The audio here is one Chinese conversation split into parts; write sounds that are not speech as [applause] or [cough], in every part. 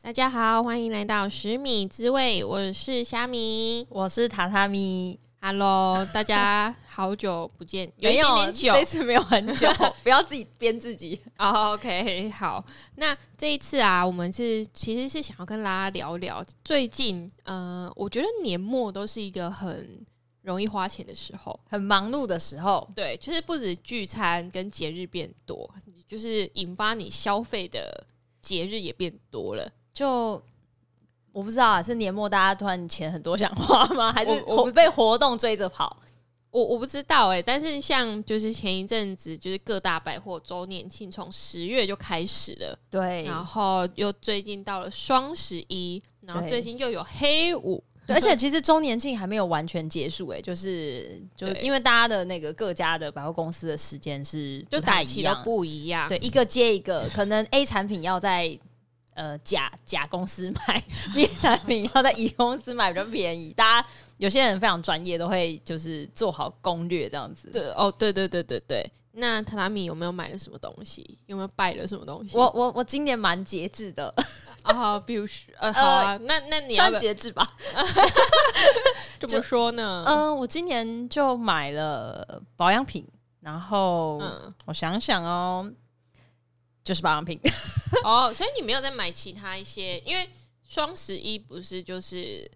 大家好，欢迎来到十米之味，我是虾米。我是榻榻米， Hello，大家好久不见，有一点点久这次没有很 [laughs] 久，不要自己编自己。哦 OK，好，那这一次啊，我们是其实是想要跟大家聊聊最近，呃，我觉得年末都是一个很容易花钱的时候。很忙碌的时候，对，就是不止聚餐跟节日变多，就是引发你消费的节日也变多了。就我不知道啊，是年末大家突然钱很多想花吗？还是我我活不知被活动追着跑？我我不知道哎、但是像就是前一阵子，就是各大百货周年庆从十月就开始了，[laughs] 对，然后又最近到了双十一，然后对最近又有黑五，对而且其实周年庆还没有完全结束、欸，哎，就是就是对因为大家的那个各家的百货公司的时间是就不太档一期都样，不一样。对，一个接一个，可能 A 产品要在。呃，甲甲公司买，B 产品要在乙公司买比较便宜。大家有些人非常专业，都会就是做好攻略这样子。对哦，对对对对对。那榻榻米有没有买了什么东西？有没有拜了什么东西？ [laughs] 我我我今年蛮节制的，啊，比如说呃，好啊，那那你要算不要节制吧。怎么说呢？嗯、我今年就买了保养品，然后、嗯，我想想哦，就是保 [laughs] 养品。哦，所以你没有再买其他一些，因为双十一不是就是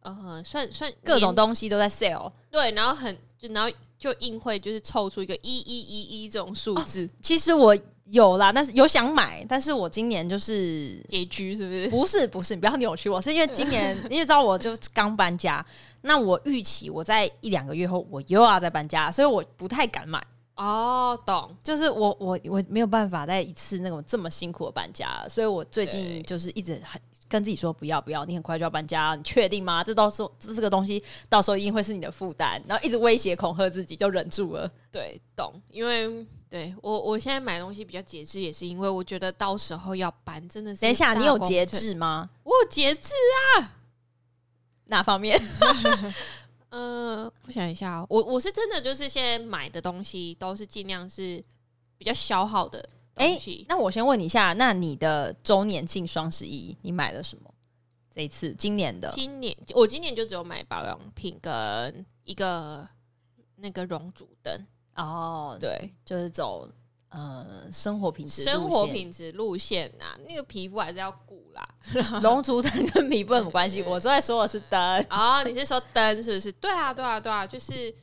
呃，算算各种都东西都在 sale。对，然后很就然后就硬会就是凑出一个一一一一这种数字、其实我有啦，但是有想买，但是我今年就是结局，是不是？不是不是，你不要扭曲我，是因为 [laughs] 今年因为知道我就刚搬家，那我预期我在一两个月后我又要再搬家，所以我不太敢买。哦，懂，就是我我我没有办法再一次那种这么辛苦的搬家了，所以我最对近就是一直很跟自己说不要不要，你很快就要搬家，你确定吗？这到时候这这个东西到时候一定会是你的负担，然后一直威胁恐吓自己，就忍住了。对，懂，因为。对我，我现在买东西比较节制，也是因为我觉得到时候要搬，真的是等一下，大你有工节程？制吗？我有节制。哪方面？嗯嗯呃，我想一下、哦，我我是真的就是现在买的东西都是尽量是比较消耗的东哎西。那我先问你一下，那你的周年庆双十一你买了什么？这一次今年的今年我今年就只有买保养品跟一个那个熔烛灯，哦，对，就是走呃生活品质路线、生活 [laughs] 品质路线啊，那个皮肤还是要顾啦。龙族灯跟皮肤有什么关系？我在说的是灯。哦，你是说灯是不是？对啊，对啊，对啊，就是，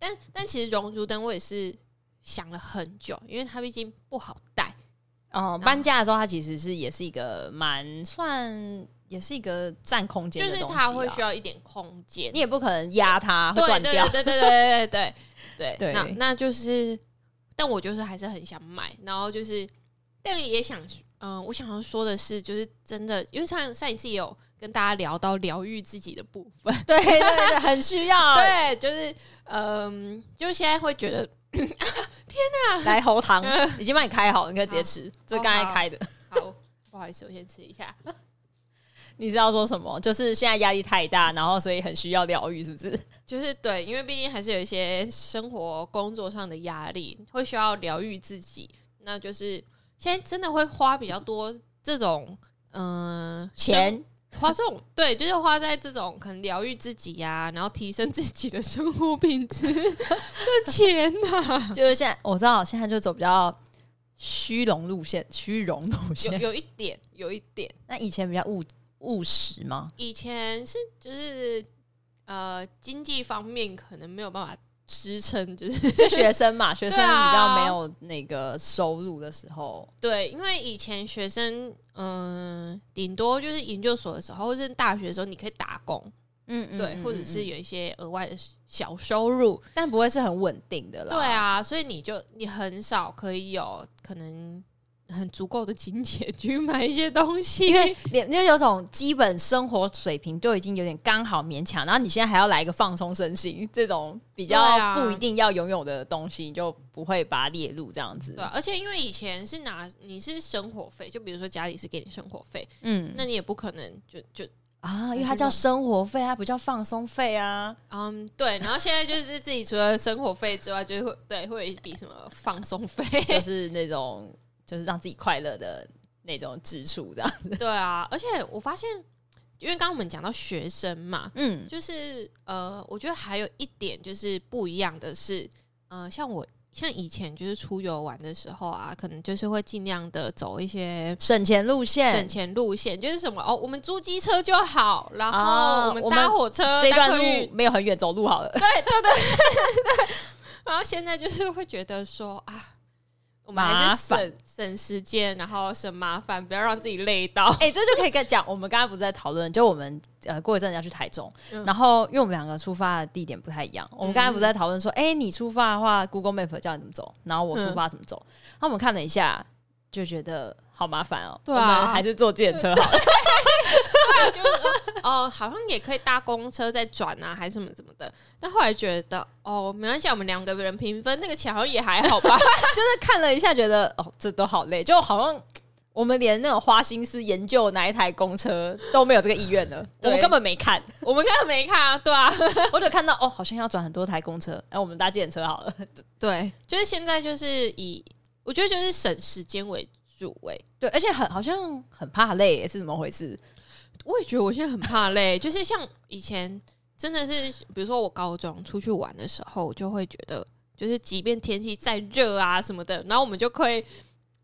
但但其实熔烛灯我也是想了很久，因为它毕竟不好带，哦，搬家的时候它其实是也是一个蛮算，也是一个占空间就的是东西、它会需要，要一点空间你。也不可能压它会对断对掉。对对对对对对对， [laughs] 对那那就是，但我就是还是很想买，然后就是，但也想，嗯、我想要说的是，就是真的，因为上上一次也有跟大家聊到疗愈自己的部分，对 [laughs] 对对 [laughs] 对，啊很需要。对，就是，嗯、就是现在会觉得，来喉糖已经帮你开好，你可以直接吃，就刚才开的。好，不好意思，我先吃一下，你知道说什么？就是现在压力太大，然后所以很需要疗愈，是不是？就是对，因为毕竟还是有一些生活、工作上的压力，会需要疗愈自己。那就是现在真的会花比较多这种，嗯、呃，生钱花这种对，就是花在这种可能疗愈自己呀、然后提升自己的生活品质 [laughs] 这钱啊呐、就是现在我知道，现在就走比较虚荣路线，虚荣路有线。有一点，有一点。那以前比较务务实 [laughs] 吗？以前是就是呃经济方面可能没有办法支撑，就是就学生嘛，学生对比啊较没有那个收入的时候，对，因为以前学生，嗯、顶多就是研究所的时候，或者是大学的时候，你可以打工，嗯嗯对，或者是嗯有一些额外的小收入，但不会是很稳定的啦。对，啊，所以你就你很少可以有可能很足够的金钱去买一些东西，因为你因为有种基本生活水平就已经有点刚好勉强，然后你现在还要来一个放松身心这种比对较啊不一定要拥有的东西，你就不会把它列入这样子。对啊、而且因为以前是拿你是生活费，就比如说家里是给你生活费，嗯那你也不可能就就啊，因为它叫生活费，它不叫放松费啊。嗯，对，然后现在就是自己除了生活费之外，就是会对会有一笔什么放松费，就是那种就是让自己快乐的那种支出这样。 [laughs] 对啊，而且我发现，因为刚刚我们讲到学生嘛，嗯，就是呃，我觉得还有一点就是不一样的是，呃，像我像以前就是出游玩的时候啊，可能就是会尽量的走一些省钱路省线钱路线，就是什么哦，我们租机车就好，然啊后我们我们搭火车、这一搭段客运路没有很远，走路好了。 [laughs] 然后现在就是会觉得说啊，我们还麻是烦省省时间，然后省麻烦，不要让自己累 [laughs] 到。哎、这就可以跟讲，我们刚刚不是在讨论，就我们呃过一阵子要去台中，嗯然后因为我们两个出发的地点不太一样，我们刚才不是在讨论说，哎、你出发的话，Google Map 教你怎么走，然后我嗯出发怎么走，然后我们看了一下，就觉得好麻烦哦、对啊我们还是坐电车好了。就是说哦、好像也可以搭公车再转啊，还是什么怎么的。但后来觉得哦，没关系，我们两个人平分那个钱好像也还好 [laughs] 吧。就是看了一下，觉得哦，这都好累，就好像。我们连那种花心思研究哪一台公车都没有这个意愿 [laughs] 了，我对们根本没看，我们根本没看啊，对啊，我只看到哦，好像要转很多台公车，然、后我们搭电车好了。对，就是现在就是以我觉得就是省时间为主、欸。对，而且很好像很怕累耶，是怎么回事？我也觉得我现在很怕累， [laughs] 就是像以前真的是，比如说我高中出去玩的时候，我就会觉得，就是即便天气再热啊什么的，然后我们就会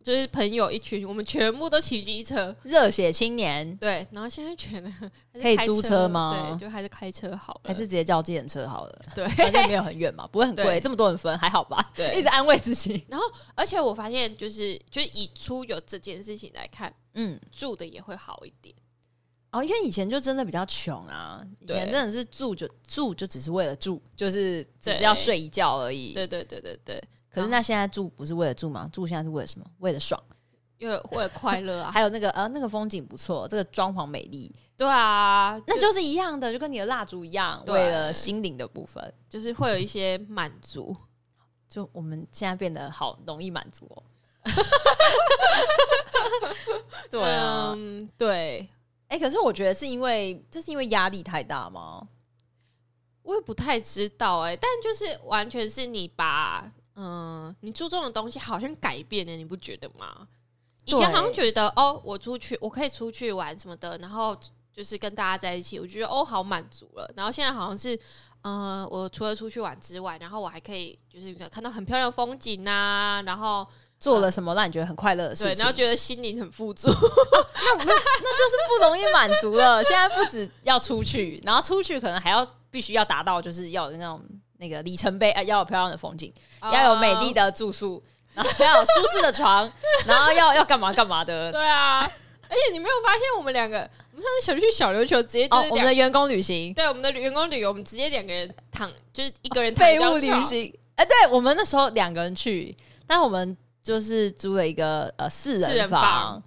就是朋友一群，我们全部都骑机车，热血青年对，然后现在觉得还是可以开租车车吗对，就还是开车好了，还是直接叫计程车好 [laughs] 了，对。反正没有很远嘛，不会很贵，对这么多人分还好吧？对 [laughs] 一直安慰自己。而且我发现，就是就是以出游这件事情来看，嗯，住的也会好一点。 [laughs] 哦，因为以前就真的比较穷啊，以前对真的是住就住就只是为了住，就是只是对要睡一觉而已。对对对对对，可是那现在住不是为了住吗？住现在是为了什么？为了爽，因为为了快乐啊， [laughs] 还有那个呃那个风景不错，这个装潢美丽，对啊，那就是一样的，就跟你的蜡烛一样，对为了心灵的部分。就是会有一些满足。就我们现在变得好容易满足哦。 [laughs] 对啊，嗯，对，哎、可是我觉得是因为这是因为压力太大吗？我也不太知道哎、但就是完全是你把嗯、你注重的东西好像改变了，你不觉得吗？以前好像觉得哦，我出去我可以出去玩什么的，然后就是跟大家在一起，我觉得哦好满足了。然后现在好像是呃，我除了出去玩之外，然后我还可以就是看到很漂亮的风景呐、然后做了什么让你觉得很快乐的事对，情？然后觉得心灵很富足。那就是不容易满足了。 [laughs] 现在不止要出去，然后出去可能还要必须要达到，就是要有那种那个里程碑，呃、要有漂亮的风景， [laughs] 要有美丽的，的住宿，然后要有舒适的床， [laughs] 然后要要干嘛干嘛的。对啊。而且你没有发现我们两个，我们上次想去小琉球，直接就哦是，我两们的员工旅行，对，我们的员工旅游，我们直接两个人躺，就是一个人躺废一张物旅床，行。哎、对我们那时候两个人去，但我们就是租了一个呃四人四人房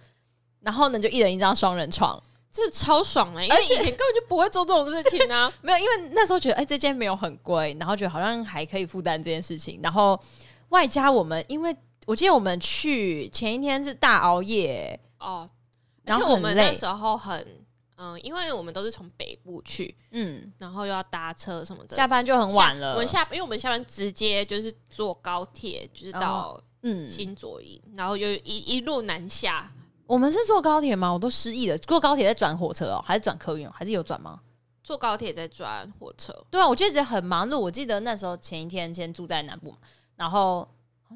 然后呢就一人一张双人床。这超爽哎、因而为且以前根本就不会做这种事情 [laughs] 啊。没有，因为那时候觉得哎、这间没有很贵，然后觉得好像还可以负担这件事情，然后外加我们因为。我记得我们去前一天是大熬夜，哦，而然且后我很们累那时候很，嗯、因为我们都是从北部去，嗯，然后又要搭车什么的，下班就很下晚了。我们下，因为我们下班直接就是坐高铁，就是到嗯，新左营，然后又一一路南下。我们是坐高铁吗？我都失忆了。坐高铁再转火车哦，还是转客运哦？还是有转吗？坐高铁再转火车，对啊，我就一直很忙碌。我记得那时候前一天先住在南部嘛，然后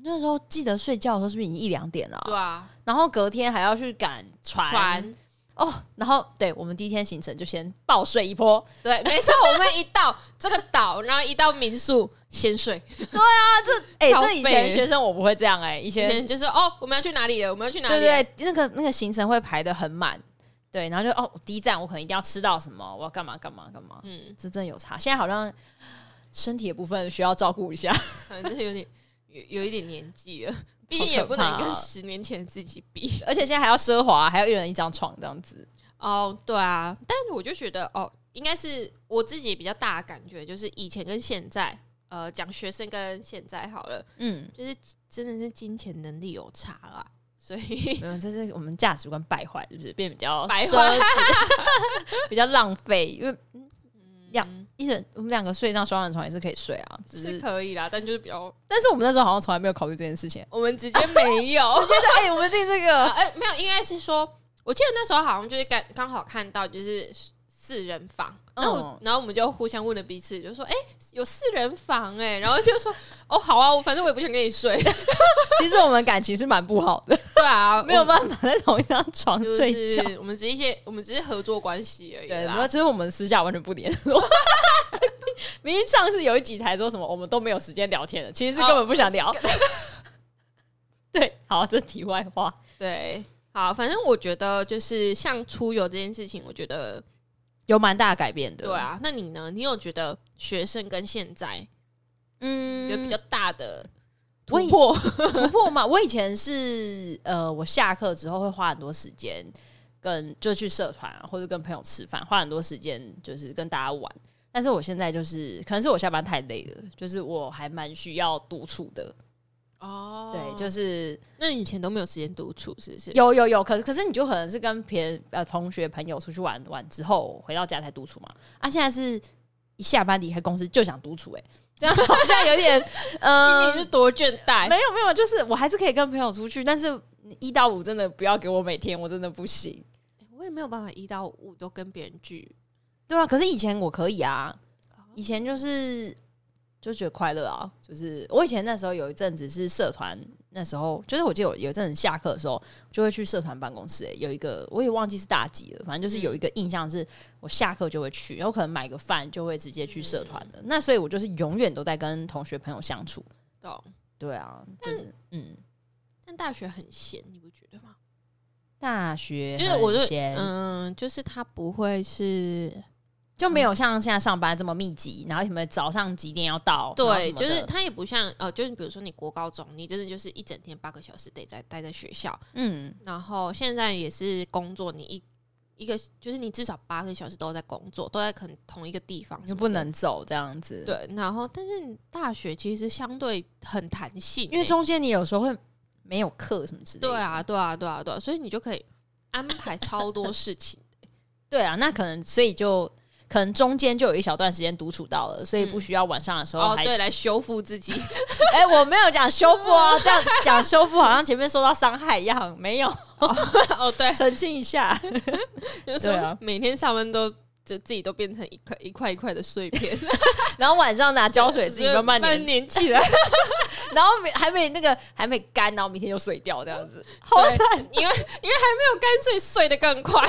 那时候记得睡觉的时候是不是已经一两点了啊、对啊，然后隔天还要去赶船船，哦。然后对我们第一天行程就先暴睡一波，对，没错，我们一到这个岛，然后一到民宿先睡，哎、超这以前废学生我不会这样哎、以以前前就是哦，我们要去哪里了？我们要去哪里啊对了？对对，那个那个行程会排的很满，对，然后就哦第一站我可能一定要吃到什么，我要干嘛干嘛干嘛，嗯，这真的有差。现在好像身体的部分需要照顾一下， [laughs] 可能就是有点有有一点年纪了，毕好竟可也不怕能啊跟十年前的自己比。而且现在还要奢华，还要一人一张床这样子。哦，对啊，但我就觉得哦，应该是我自己比较大的感觉，就是以前跟现在，呃，讲学生跟现在好了，嗯，就是真的是金钱能力有差啦，所以 [laughs] 没有，这是我们价值观败坏，是不是变得比较白奢花嗯侈比较浪费？因为两一人，我们两个睡一张双人床也是可以睡啊，只是是可以啦，但就是比较，。但是我们那时候好像从来没有考虑这件事情我们直接没有，觉得哎、我们定这呃，个，哎没有，应该是说，我记得那时候好像就是刚刚好看到就是四人房，然后我、嗯然后我们就互相问了彼此，就说，哎、有四人房哎、然后就说，哦，好啊，我反正我也不想跟你睡， [laughs] 其实我们感情是蛮不好的，对啊，没有 [laughs] 我们办法在同一张床就睡觉。是我们只是一些，我们只是合作关系而已对，然啦后。其实我们私下完全不联络。 [laughs] 明明上次有一集才说什么我们都没有时间聊天了，其实是根本不想聊。 [laughs] 对，好，这题外话。对，好，反正我觉得就是像出游这件事情，我觉得有蛮大的改变的，对，啊。那你呢？你有觉得学生跟现在嗯有比较大的突我以破？ [laughs] 突破嘛。我以前是呃，我下课之后会花很多时间跟就去社团、啊、或者跟朋友吃饭，花很多时间就是跟大家玩。但是我现在就是，可能是我下班太累了，就是我还蛮需要独处的。哦对，就是那你以前都没有时间独处，是不是？有有有，可是可是你就可能是跟别人呃同学朋友出去玩玩之后回到家才独处嘛。啊，现在是一下班离开公司就想独处、欸， [laughs] 这样好像有点呃心里是多倦怠没。有没有，就是我还是可以跟朋友出去，但是一到五真的不要给我每天，我真的不行。我也没有办法一到五都跟别人聚。对啊，可是以前我可以啊，以前就是就觉得快乐啊，就是我以前那时候有一阵子是社团，那时候就是我记得有有一阵子下课的时候就会去社团办公室、欸有一个我也忘记是大几了，反正就是有一个印象是我下课就会去，然后可能买个饭就会直接去社团的。那所以我就是永远都在跟同学朋友相处。懂。对啊，就是嗯，但大学很闲，你不觉得吗？大学就是我很就闲嗯，就是他不会是就没有像现在上班这么密集，然后什么早上几点要到，然后什对，么就的是他也不像呃，就是比如说你国高中，你真的就是一整天八个小时得在待在学校，嗯，然后现在也是工作，你一一个就是你至少八个小时都在工作，都在可能同一个地方什么的，就不能走这样子。，对。然后，但是大学其实相对很弹性欸、因为中间你有时候会没有课什么之类的。对，啊，对啊，对啊，对啊，所以你就可以安排超多事 [laughs] 情。对啊，那可能所以就可能中间就有一小段时间独处到了，所以不需要晚上的时候嗯哦，还。对，来修复自己。哎、我没有讲修复哦，这样讲修复好像前面受到伤害一样，没有哦， [laughs] 对，澄清一下。就是对说啊每天上班都就自己都变成一块一块一块的碎 [laughs] 片， [laughs] 然后晚上拿胶水自己慢慢粘，粘起来。然后没还没那个还没干，然后明天就碎掉这样 [laughs] 子，好对惨。因为因为还没有干碎，碎的更 [laughs] 快。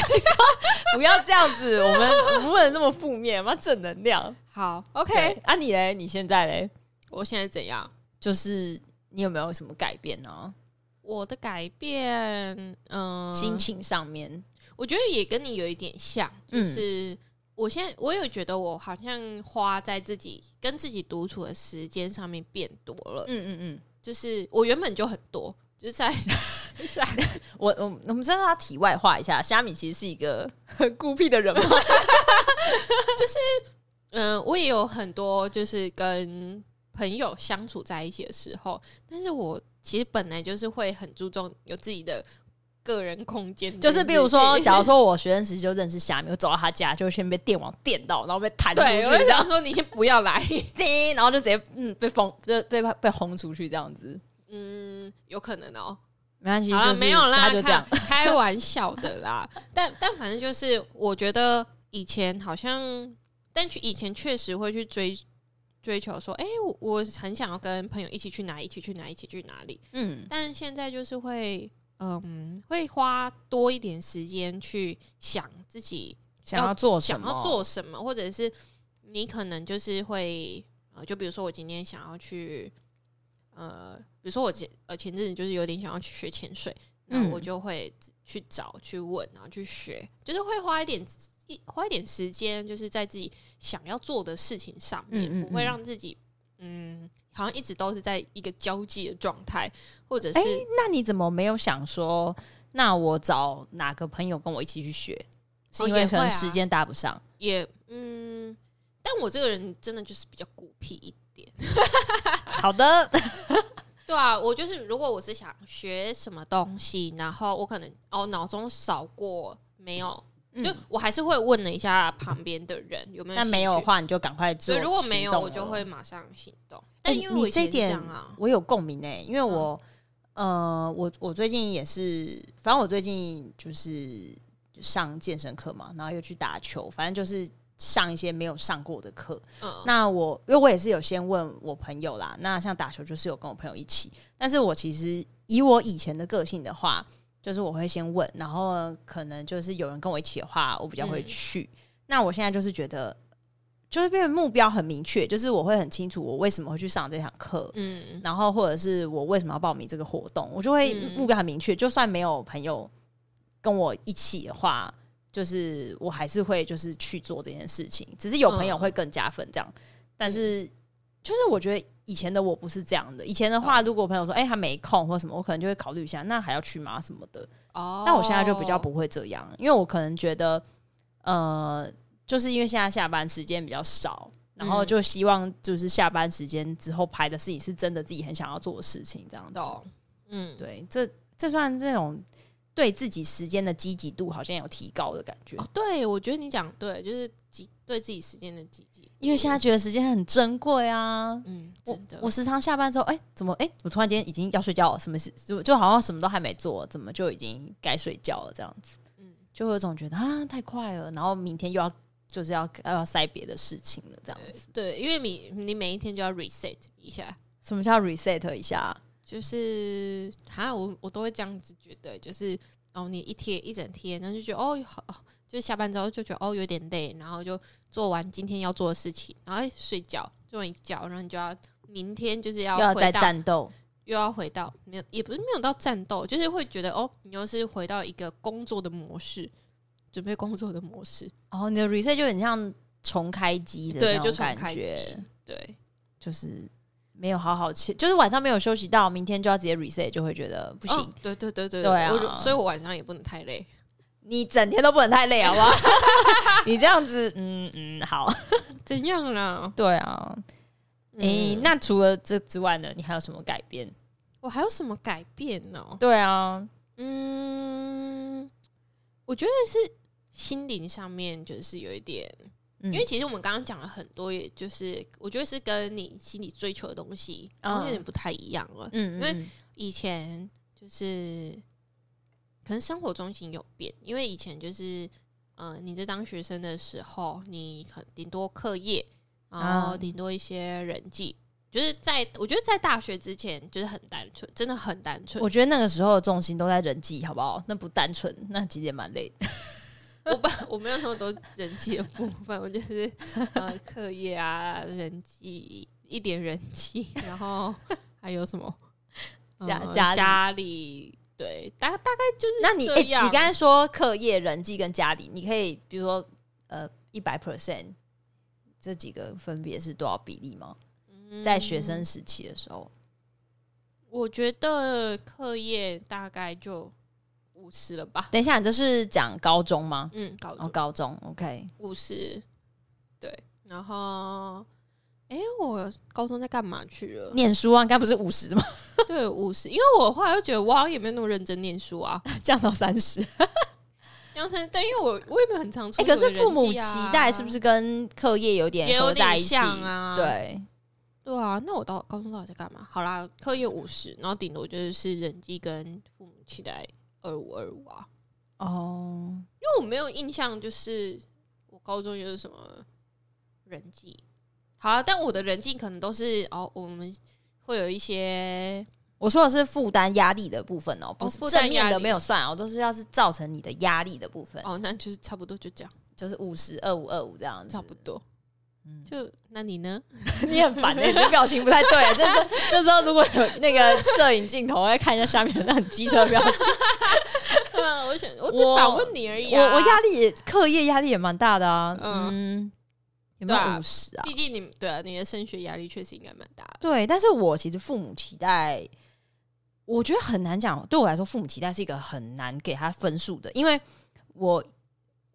不要这样子，我们我们不能这么负面，我们要正能量。好 OK， ，OK，啊你嘞？你现在嘞？我现在怎样？就是你有没有什么改变呢、我的改变，嗯、心情上面，我觉得也跟你有一点像，就嗯是我现在我有觉得我好像花在自己跟自己独处的时间上面变多了，嗯嗯嗯，就是我原本就很多，就是在在我我我们再让他题外话一下，虾米其实是一个 [laughs] 很孤僻的人嘛，嗯、我也有很多就是跟朋友相处在一起的时候，但是我其实本来就是会很注重有自己的个人空间， [laughs] 就是比如 [laughs] 说，假 [laughs] 如说。说我学生时期就认识虾米，我走到他家就会先被电网电到，然后被弹出去，对，我就然后想说你先不要来，叮，然后就直接嗯被封，就被被轰出去这样子。嗯，有可能哦、没关系，好了，就是没有啦，他就这样。开开玩笑的啦。但但反正就是，我觉得以前好像，但去以前确实会去追追求说，哎、我我很想要跟朋友一起去哪，一起去哪，一起去哪里。嗯，但现在就是会，嗯，会花多一点时间去想自己想要做什想么？要做什么，或者是你可能就是会，呃，就比如说我今天想要去，呃，比如说我前呃前阵子就是有点想要去学潜水，那嗯我就会去找、去问，然后去学，就是会花一点一花一点时间，就是在自己想要做的事情上面，嗯嗯不会嗯让自己嗯。好像一直都是在一个交际的状态，或者是、哎那你怎么没有想说，那我找哪个朋友跟我一起去学？是哦因也为可会能啊时间搭不上， [laughs] 也嗯，但我这个人真的就是比较孤僻一点，好的，对啊，我就是如果我是想学什么东西，然后我可能哦脑中扫过没有嗯就我还是会问了一下旁边的人有没有那兴趣，没有的话，你就赶快所做以行动了。如果没有，我就会马上行动。但欸因为你我以这前是点样啊，我有共鸣哎、因为我、嗯呃，我我最近也是，反正我最近就是上健身课嘛，然后又去打球，反正就是上一些没有上过的课。嗯，那我因为我也是有先问我朋友啦，那像打球就是有跟我朋友一起，但是我其实以我以前的个性的话，就是我会先问，然后可能就是有人跟我一起的话，我比较会嗯去。那我现在就是觉得，就是变成目标很明确，就是我会很清楚我为什么会去上这堂课，嗯，然后或者是我为什么要报名这个活动，我就会嗯目标很明确。就算没有朋友跟我一起的话，就是我还是会就是去做这件事情。只是有朋友嗯会更加分这样，但是就是我觉得以前的我不是这样的。以前的话，如果朋友说哎、他没空或什么，我可能就会考虑一下，那还要去吗什么的。哦但我现在就比较不会这样，因为我可能觉得，呃，就是因为现在下班时间比较少，然后嗯就希望就是下班时间之后排的事情是真的自己很想要做的事情，这样子。懂，嗯，对，这这算这种对自己时间的积极度好像有提高的感觉，哦，对，我觉得你讲对，就是积对自己时间的积极，因为现在觉得时间很珍贵啊。嗯，我真的，我时常下班之后，哎、怎么哎、我突然间已经要睡觉了，什么事就就好像什么都还没做，怎么就已经该睡觉了这样子？嗯就会有种觉得啊太快了，然后明天又要就是要要塞别的事情了，这样子。对，因为你你每一天就要 reset 一下，什么叫 reset 一下？就是啊，我我都会这样子觉得，就是哦，你一天一整天，然后就觉得哦，好，就是下班之后就觉得哦有点累，然后就做完今天要做的事情，然后哎睡觉，做完一觉，然后你就要明天就是要又要回再到战斗？又要回到没有，也不是没有到战斗，就是会觉得哦，你又是回到一个工作的模式，准备工作的模式，哦，你的 reset 就很像重开机的对，那就种重感开觉机，，对，就是没有好好去，就是晚上没有休息到，明天就要直接 reset，就会觉得不行，哦对对对对对啊我就所以我晚上也不能太累，你整天都不能太累，好不好？ [laughs] 你这样子，嗯嗯，好，怎样啦？对啊。诶、嗯那除了这之外呢，你还有什么改变？我还有什么改变呢、对啊，嗯，我觉得是心灵上面就是有一点，嗯因为其实我们刚刚讲了很多，也就是我觉得是跟你心里追求的东西，然后有点不太一样了。嗯，因为以前就是可能生活重心有变，因为以前就是呃，你在当学生的时候，你可顶多课业，然后啊顶多一些人际，就是在我觉得在大学之前就是很单纯，真的很单纯。我觉得那个时候的重心都在人际，好不好？那不单纯，那其实也蛮累 [laughs] 的。 [laughs] 我不我没有那么多人际的部分，我就是呃课业啊，人际一点人际，然后还有什么家呃家里家里对大大概就是那你、这诶样你刚才说课业、人际跟家里，你可以比如说呃一百 percent 这几个分别是多少比例吗？在学嗯生时期的时候，我觉得课业大概就五十了吧，等一下，你这是讲高中吗？嗯，搞哦，高中，OK， [laughs] 五十，对，然后，哎、我高中在干嘛去了？ [laughs] 念书啊，应该不是五十吗？对，五十，因为我后来又觉得我好像也没有那么认真念书啊，降到三十。杨生，但因为我我也没有很常出、哎、可是父母期待是不？是跟课业有点啊也有合在点一起？像啊，对，对啊，那我到高中到底在干嘛？好啦，课业五十，然后顶多就是人际跟父母期待二五二五啊，哦，因为我没有印象，就是我高中有什么人际。好啊，但我的人际可能都是哦，我们会有一些我说的是负担压力的部分哦，不是负担正面压的力没有算哦，都是要是造成你的压力的部分，哦，那就是差不多就这样，就是五十二五二五这样子 [laughs] 差。不多。嗯就那你呢？你很烦 [laughs] 欸，你的表情不太对。 [laughs] 就是那时候如果有那个摄影镜头，我会看一下下面那很机车的表情。嗯， [laughs] 我想我只我反问你而已、 [laughs] 我啊。我压力也课业压力也蛮大的啊，嗯嗯，有没对啊有五十啊？毕竟你对啊，你的升学压力确实应该蛮大的。对，但是我其实父母期待，我觉得很难讲。对我来说，父母期待是一个很难给他分数的，因为我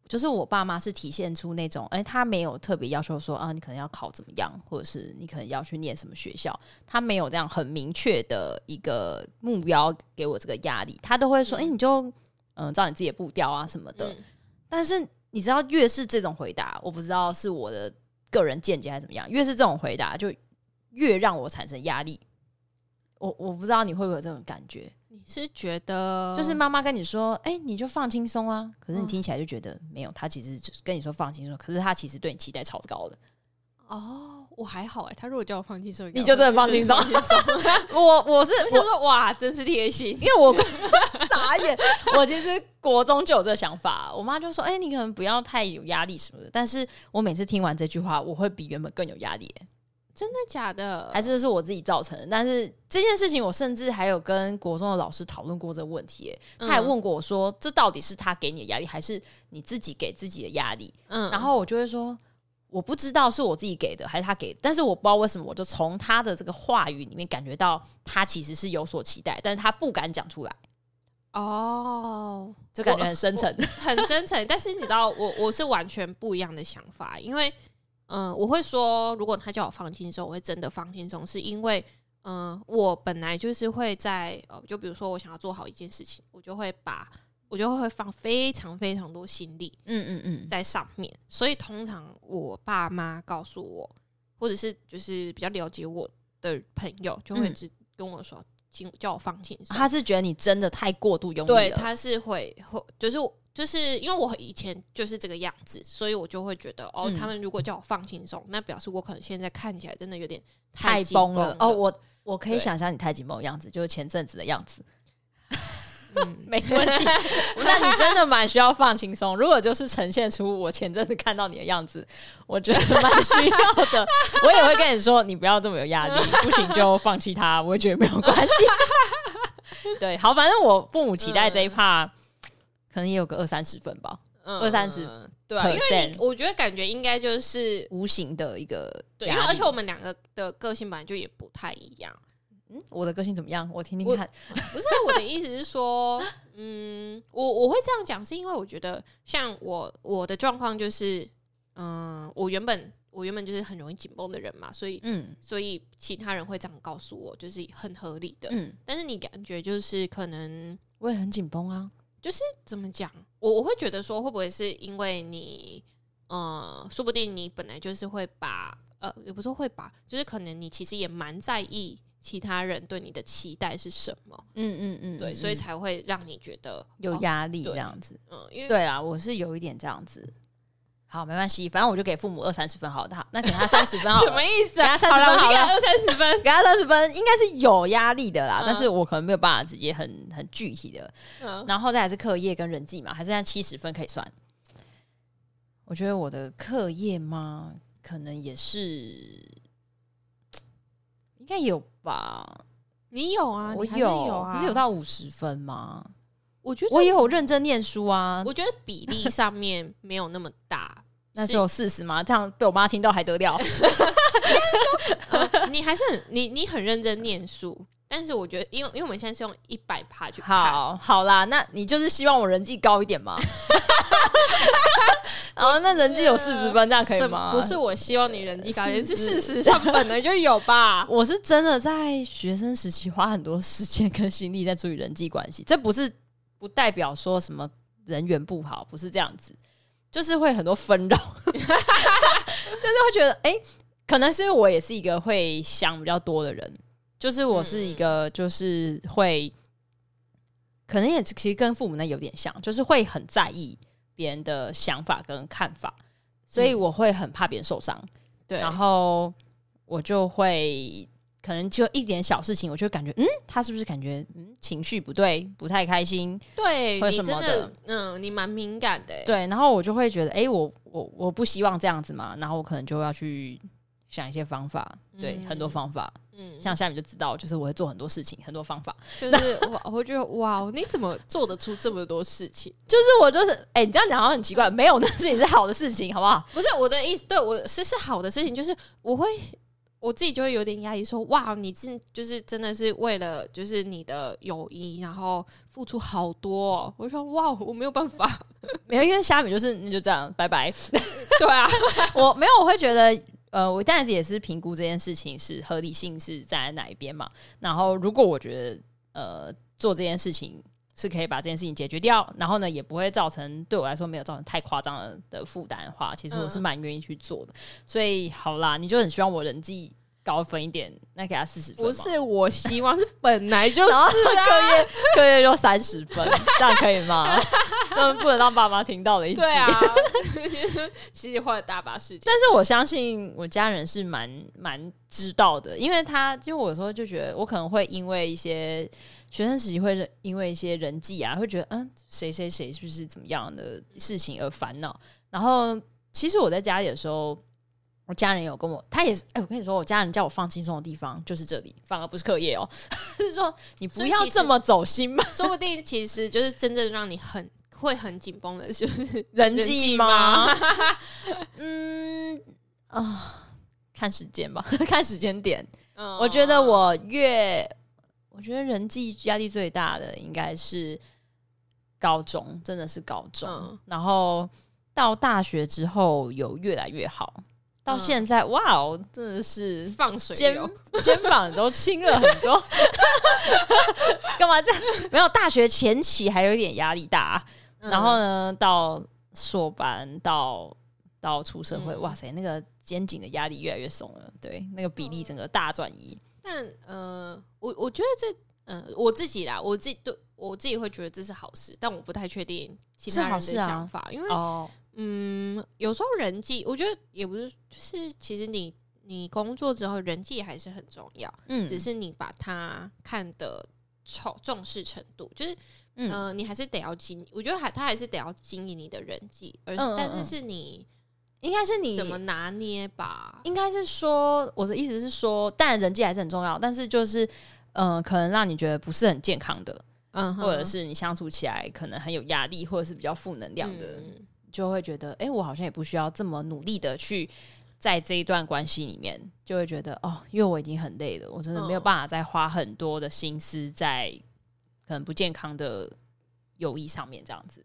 就是我爸妈是体现出那种，哎、他没有特别要求说啊，你可能要考怎么样，或者是你可能要去念什么学校，他没有这样很明确的一个目标给我这个压力，他都会说，哎、嗯你就嗯、呃照你自己的步调啊什么的。嗯但是你知道，越是这种回答，我不知道是我的个人见解还是怎么样，越是这种回答，就越让我产生压力。我我不知道你会不会有这种感觉，你是觉得就是妈妈跟你说：“哎、你就放轻松啊。”可是你嗯听起来就觉得、没有，她其实就是跟你说放轻松，可是她其实对你期待超高的。哦，我还好哎、他如果叫我放轻松，应该你就真的我放轻松真的放轻松 [laughs] 我我是 [laughs] 我就说哇，真是贴心因为我 [laughs] 傻眼，我其实国中就有这个想法，我妈就说：“哎、你可能不要太有压力什么的。”但是我每次听完这句话，我会比原本更有压力，真的假的？还是是我自己造成的。但是这件事情，我甚至还有跟国中的老师讨论过这个问题，嗯他还问过我说：“这到底是他给你的压力，还是你自己给自己的压力？”嗯然后我就会说。我不知道是我自己给的还是他给的，但是我不知道为什么，我就从他的这个话语里面感觉到他其实是有所期待，但是他不敢讲出来。哦，就感觉很深沉。很深层，但是你知道，我我是完全不一样的想法，因为嗯、呃我会说，如果他叫我放轻松，我会真的放轻松，是因为嗯、呃我本来就是会在呃，就比如说我想要做好一件事情，我就会把我就会放非常非常多心力嗯嗯嗯，在上面，所以通常我爸妈告诉我，或者是就是比较了解我的朋友，就会嗯只跟我说，请叫我放轻松。 [laughs] 他是觉得你真的太过度用力啊了。对，他是会会，就是就是因为我以前就是这个样子，所以我就会觉得哦，嗯他们如果叫我放轻松，那表示我可能现在看起来真的有点太紧崩了了。哦，我我可以对想象你太紧绷的样子，就是前阵子的样子。 [laughs] 嗯没问题，那你真的蛮需要放轻松。如果就是呈现出我前阵子看到你的样子，我觉得蛮需要的。我也会跟你说，你不要这么有压力，不行就放弃他，我也觉得没有关系。 [laughs] 对，好，反正我父母期待这一趴，可能也有个二三十分吧，嗯二三十嗯对啊、因为你我觉得感觉应该就是无形的一个对，因压为力而且我们两个的个性本来就也不太一样。嗯我的个性怎么样？我听听我看。不是啊我的意思是说，嗯，我我会这样讲，是因为我觉得像我我的状况就是，嗯、我原本我原本就是很容易紧绷的人嘛，所以嗯所以其他人会这样告诉我，就是很合理的。嗯，但是你感觉就是可能我也很紧绷啊。怎么讲？我我会觉得说，会不会是因为你，呃，说不定你本来就是会把，呃，也不是说会把，就是可能你其实也蛮在意其他人对你的期待是什么，嗯嗯嗯对，所以才会让你觉得有哦压力对这样子。嗯、因为对啊，我是有一点这样子。好，没关系，反正我就给父母二三十分好了，那那给他三十分好 [laughs] 什了么。意思给他啊？ 30分好了二三十分，给他三十分，应该是有压力的啦，嗯但是我可能没有办法直接很很具体的。嗯，然后再来是课业跟人际嘛，还剩下七十分可以算。我觉得我的课业嘛，可能也是，应该有吧。 [laughs] 你有啊，我你还是有啊，可是有，到五十分吗？我觉得我也有认真念书啊，。我觉得比例 [laughs] 上面没有那么 [laughs] 大那时候四十嘛，这样被我妈听到还得了？呃你还是很你你很认真念书，但是我觉得，因为因为我们现在是用一百趴去看，好好啦，那你就是希望我人际高一点 [laughs] 嘛？然后那人际有四十分，这样可以吗？什不是，我希望你人际高点，是是事实上本来就有吧。我是真的在学生时期花很多时间跟心力在注意人际关系，这 [laughs] 不是不代表说什么人缘不好，不是这样子，就是会很多纷扰， [laughs] 就是会觉得哎、诶可能是因为我也是一个会想比较多的人，就是我是一个就是会，可能也其实跟父母那有点像，就是会很在意别人的想法跟看法，所以我会很怕别人受伤。 [laughs] 对然后我就会可能就一点小事情，我就感觉嗯，他是不是感觉嗯情绪不对，不太开心？对会你什真么的，嗯，你蛮敏感的欸。对，然后我就会觉得哎、诶我我我不希望这样子嘛，然后我可能就要去想一些方法，对，嗯很多方法，嗯，像下面就知道，就是我会做很多事情，很多方法， [laughs] 就是我，我会觉得哇，你怎么做得出这么多事情？就是我就是哎、你这样讲好像很奇怪，没有，那是也是好的事情，好不好？不是我的意思，对我是是好的事情，就是我会我自己就会有点压抑说哇，你真就是真的是为了就是你的友谊，然后付出好多哦、我就说哇，我没有办 [laughs] 法，没有，因为下面就是那就这样，拜拜。对啊， [laughs] 我没有，我会觉得，呃，我当然也是评估这件事情是合理性是在哪一边嘛。然后，如果我觉得，呃，做这件事情是可以把这件事情解决掉，然后呢，也不会造成对我来说没有造成太夸张的的负担的话，其实我是嗯蛮愿意去做的。所以好啦，你就很希望我人际高分一点，那给他四十分不吗？ [laughs] 是啊我希望，是本来就是然后啊。个月就三十分，这样可以吗？ [laughs] 这不能让爸妈听到的一集。对啊，其实花了大把时间。但是我相信我家人是蛮蛮知道的，因为他就我有时候就觉得我可能会因为一些学生时期会因为一些人际啊，会觉得嗯谁谁谁是不是怎么样的事情而烦恼。然后其实我在家里的时候，我家人有跟我，他也是哎、我跟你说，我家人叫我放轻松的地方就是这里，反而不是课业哦， [laughs] 是说你不所以要其实这么走心嘛， [laughs] 说不定其实就是真正让你很会很紧绷的，就是人人际际吗？ [laughs] 嗯啊、看时间吧， [laughs] 看时间点。嗯我觉得我越，我觉得人际压力最大的应该是高中，真的是高中。嗯然后到大学之后有越来越好，到嗯现在、哇哦，真的是放水肩流肩膀都轻了很多。 [laughs] 干嘛这样？没有大学前期还有一点压力大、啊嗯然后呢，到硕班到到出社嗯会，哇塞，那个肩颈的压力越来越松了，对，那个比哦例整个大转移。但呃，我我觉得这呃我自己啦，我自己对我自己会觉得这是好事，但我不太确定其是他好人的事啊想法，因为、哦，嗯，有时候人际，我觉得也不是，就是其实你你工作之后人际还是很重要，嗯只是你把它看的重重视程度，就是嗯呃，你还是得要经，我觉得还他还是得要经营你的人际，而是嗯嗯但是嗯是你应该是你怎么拿捏吧。应该是说，我的意思是说，当然人际还是很重要，但是就是，嗯、可能让你觉得不是很健康的，嗯哼，或者是你相处起来可能很有压力，或者是比较负能量的，嗯就会觉得，哎、我好像也不需要这么努力的去在这一段关系里面，就会觉得，哦，因为我已经很累了，我真的没有嗯办法再花很多的心思在可能不健康的友谊上面，这样子。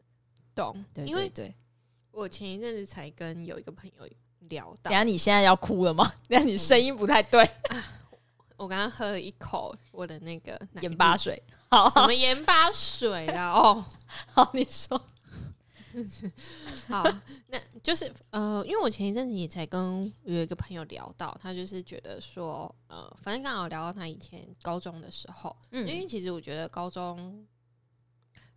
懂，对因为对对，我前一阵子才跟有一个朋友聊到等一，下你现在要哭了吗？ [laughs] 等一下你声嗯音不太对，我刚刚喝了一口我的那个奶眼巴绿水。好，什么盐巴水啦？哦，好，你说，好，那就是呃，因为我前一阵子也才跟有一个朋友聊到，他就是觉得说，呃，反正刚好聊到他以前高中的时候，嗯因为其实我觉得高中，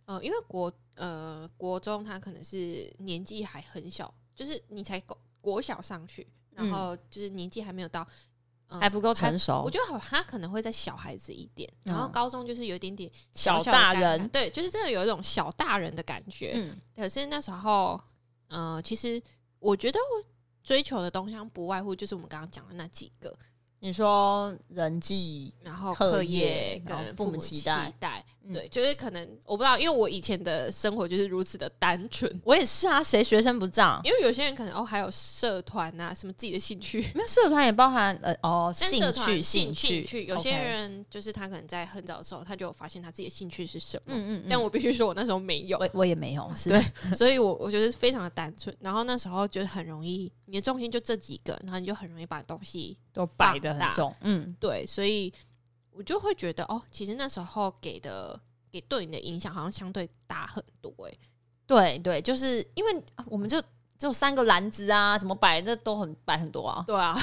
呃，因为国呃国中他可能是年纪还很小，就是你才国国小上去，然嗯后就是年纪还没有到，呃还不够成熟，我觉得好，他可能会在小孩子一点，然后哦嗯高中就是有一点点小小大的尴尬人对，就是真的有一种小大人的感觉。嗯可是那时候，呃，其实我觉得我追求的东西好像不外乎就是我们刚刚讲的那几个，你说人际，然后课课业业然后跟父母母期期待嗯对，就是可能我不知道，因为我以前的生活就是如此的单纯，我也是啊，谁学生不仗？因为有些人可能哦还有社团啊，什么自己的兴 [laughs] 趣，没有社团也包含呃哦但兴社趣团兴兴趣，有些 OK，人就是他可能在很早的时候他就有发现他自己的兴趣是什么，嗯嗯，但我我必须说我那时候没有，我我也没有，是对所以我我觉得非常的单纯。然后那时候就很容易，你的重心就这几个，然后你就很容易把东西都摆放的很大重，嗯对，所以我就会觉得哦，其实那时候给的给对你的影响好像相对大很多哎、欸对对，就是因为啊我们就。就三个篮子啊，怎么摆这都很摆很 [laughs] 多啊，对啊，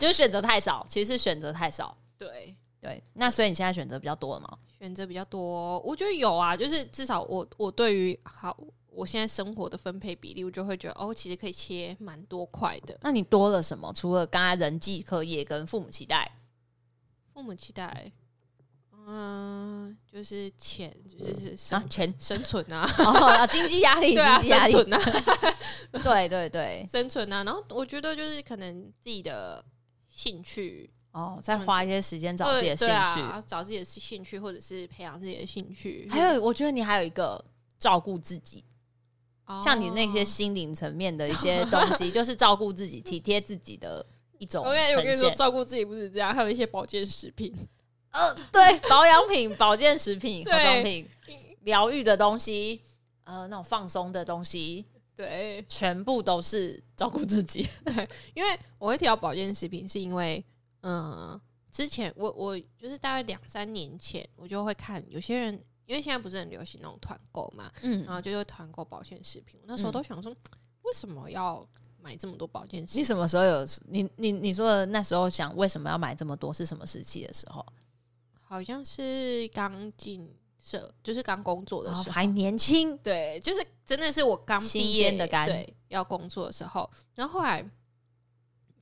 就是选择太少，其实是选择太少。 [laughs] 对，对，那所以你现在选择比较多了嘛？选择比较多，我觉得有啊，就是至少我我对于好。我现在生活的分配比例，我就会觉得哦，其实可以切蛮多块的。那你多了什么？除了刚才人际、课业跟父母期待，父母期待，嗯、就是钱，就是生、啊，钱生存啊， [laughs] 哦，啊经济压力，对啊，经济压生力，存啊， [laughs] 对对对，生存啊。然后我觉得就是可能自己的兴趣，哦，再花一些时间找自己的对兴对趣。啊，找自己的兴趣，或者是培养自己的兴趣。还有，我觉得你还有一个照顾自己，哦像你那些心灵层面的一些东 [laughs] 西，就是照顾自己、体贴自己的一种呈，OK，我跟你说，现。照顾自己不是这样，还有一些保健食品，呃， [laughs] 对，保养品、保健食品、对化妆品、疗愈的东西，呃，那种放松的东西，对，全部都是照顾自己。因为我会提到保健食品，是因为，呃嗯、之前我我就是大概两三年前，我就会看有些人，因为现在不是很流行那种团购嘛，嗯然，后就会团购保健食品。我那时候都想说，为什么要买这么多保健食 [laughs] 品？你什么时候有？你你你说的那时候想为什么要买这么多是什么时期的时候？好像是刚进社，就是刚工作的然后时候，哦还年轻，对，就是真的是我刚新毕业鲜的肝对，要工作的时候，然后后来，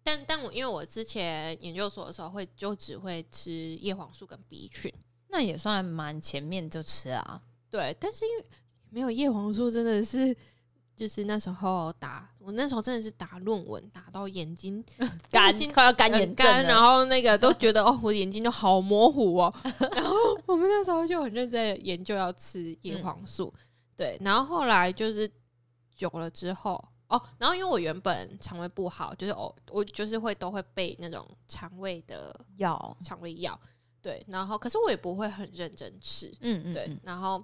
但但我因为我之前研究所的时候会就只会吃叶黄素跟 B 群，那也算蛮前面就吃啊。对，但是因为没有叶黄素真的是。就是那时候打，我那时候真的是打论文，打到眼睛 [laughs] 干已经快要干很眼症干，了，然后那个都觉得哦，我的眼睛都好模糊 [laughs] 哦。然后我们那时候就很认真地研究要吃嗯叶黄素，对。然后后来就是久了之后，哦，然后因为我原本肠胃不好，就是哦，我就是会都会备那种肠胃的要，肠胃药，对。然后可是我也不会很认真吃，嗯嗯，对嗯。然后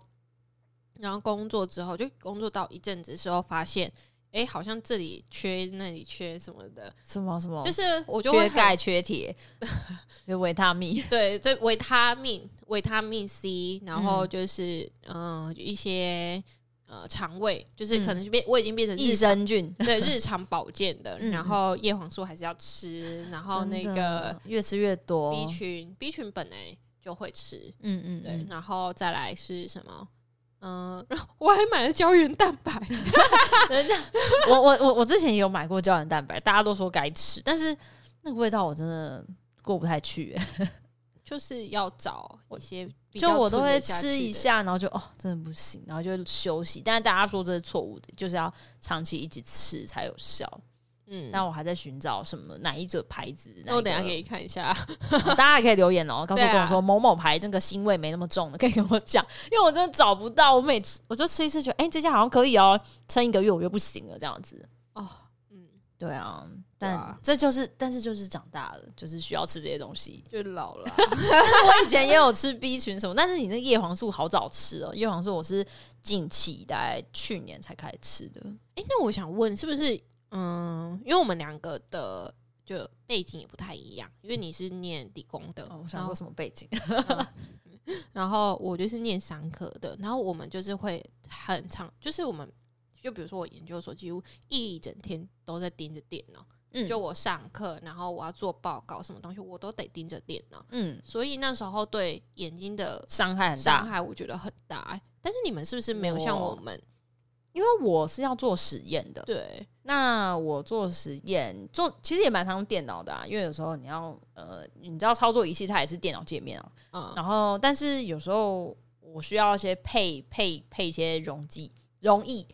然后工作之后，就工作到一阵子之后，发现哎、诶好像这里缺那里缺什么的，什么什么，就是我就会哦缺很钙、缺 [laughs] 铁，有维他 [laughs] 命，对，这维他命、维他命 C，然后就是嗯、呃一些呃肠胃，就是可能就变、我已经变成嗯益日生菌。对日常保健的， [laughs] 嗯嗯然后叶黄素还是要吃，然后那真个的越吃越多， B 群 B 群本来就会吃，嗯嗯，对，嗯然后再来是什么？嗯，然后 [laughs] 我还买了胶原蛋白，我我我我之前也有买过胶原蛋白，大家都说该吃，但是那个味道我真的过不太去、 [laughs] 欸就是要找一些比就较我都吞得会下吃去一的下，然后就哦，真的不行，然后就休息。但是大家说这是错误的，就是要长期一直吃才有效。嗯，但我还在寻找什么哪一种牌子，哪那我等一下个给你看一 [laughs] 下，哦大家也可以留言哦，告诉对啊跟我说某某牌那个腥味没那么重的，可以跟我讲，因为我真的找不到。我每次我就吃一次，觉得哎、这家好像可以哦，撑一个月我就不行了，这样子。哦，嗯，对啊，对但啊这就是，但是就是长大了，就是需要吃这些东西。就老 [laughs] 了啊， [laughs] 我以前也有吃 B 群什么，但是你那叶黄素好早吃哦，叶黄素我是近期大概去年才开始吃的。哎、那我想问，是不是嗯，因为我们两个的就背景也不太一样，因为你是念理工的，哦，我然想后说什么背景？然后我就是念商科的，然后我们就是会很长，就是我们就比如说我研究所几乎一整天都在盯着电脑，嗯就我上课，然后我要做报告什么东西，我都得盯着电脑，嗯，所以那时候对眼睛的伤害很伤大，害我觉得很大、诶但是你们是不是没有像我我们因为我是要做实验的。对那我做实验做其实也蛮常用电脑的啊，因为有时候你要呃，你知道操作仪器它也是电脑界面啊。嗯然后，但是有时候我需要一些配配配一些溶剂溶液，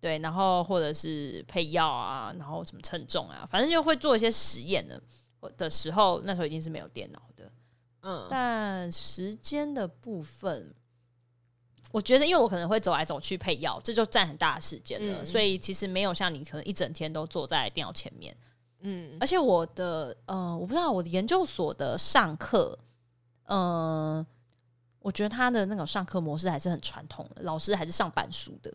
对，然后或者是配药啊，然后什么称重啊，反正就会做一些实验的。我的时候，那时候一定是没有电脑的，嗯但时间的部分，我觉得因为我可能会走来走去配药，这就占很大的时间了，嗯所以其实没有像你可能一整天都坐在电脑前面。嗯而且我的呃，我不知道我的研究所的上课，呃，我觉得他的那种上课模式还是很传统的，老师还是上板书的，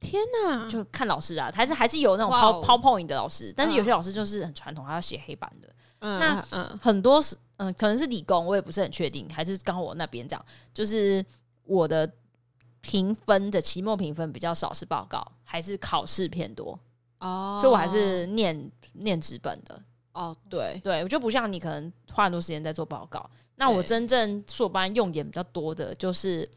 天哪，就看老师啊，还是还是有那种嗯哇 pow 哦 PowerPoint 的老师，但是有些嗯老师就是很传统，他要写黑板的，嗯那嗯很多是嗯、可能是理工，我也不是很确定，还是刚好我那边这样，就是我的评分的期末评分比较少是报告，还是考试偏多，哦，所以我还是念念纸本的，哦，对，对，我就不像你可能花很多时间在做报告。那我对真正硕班用眼比较多的就是，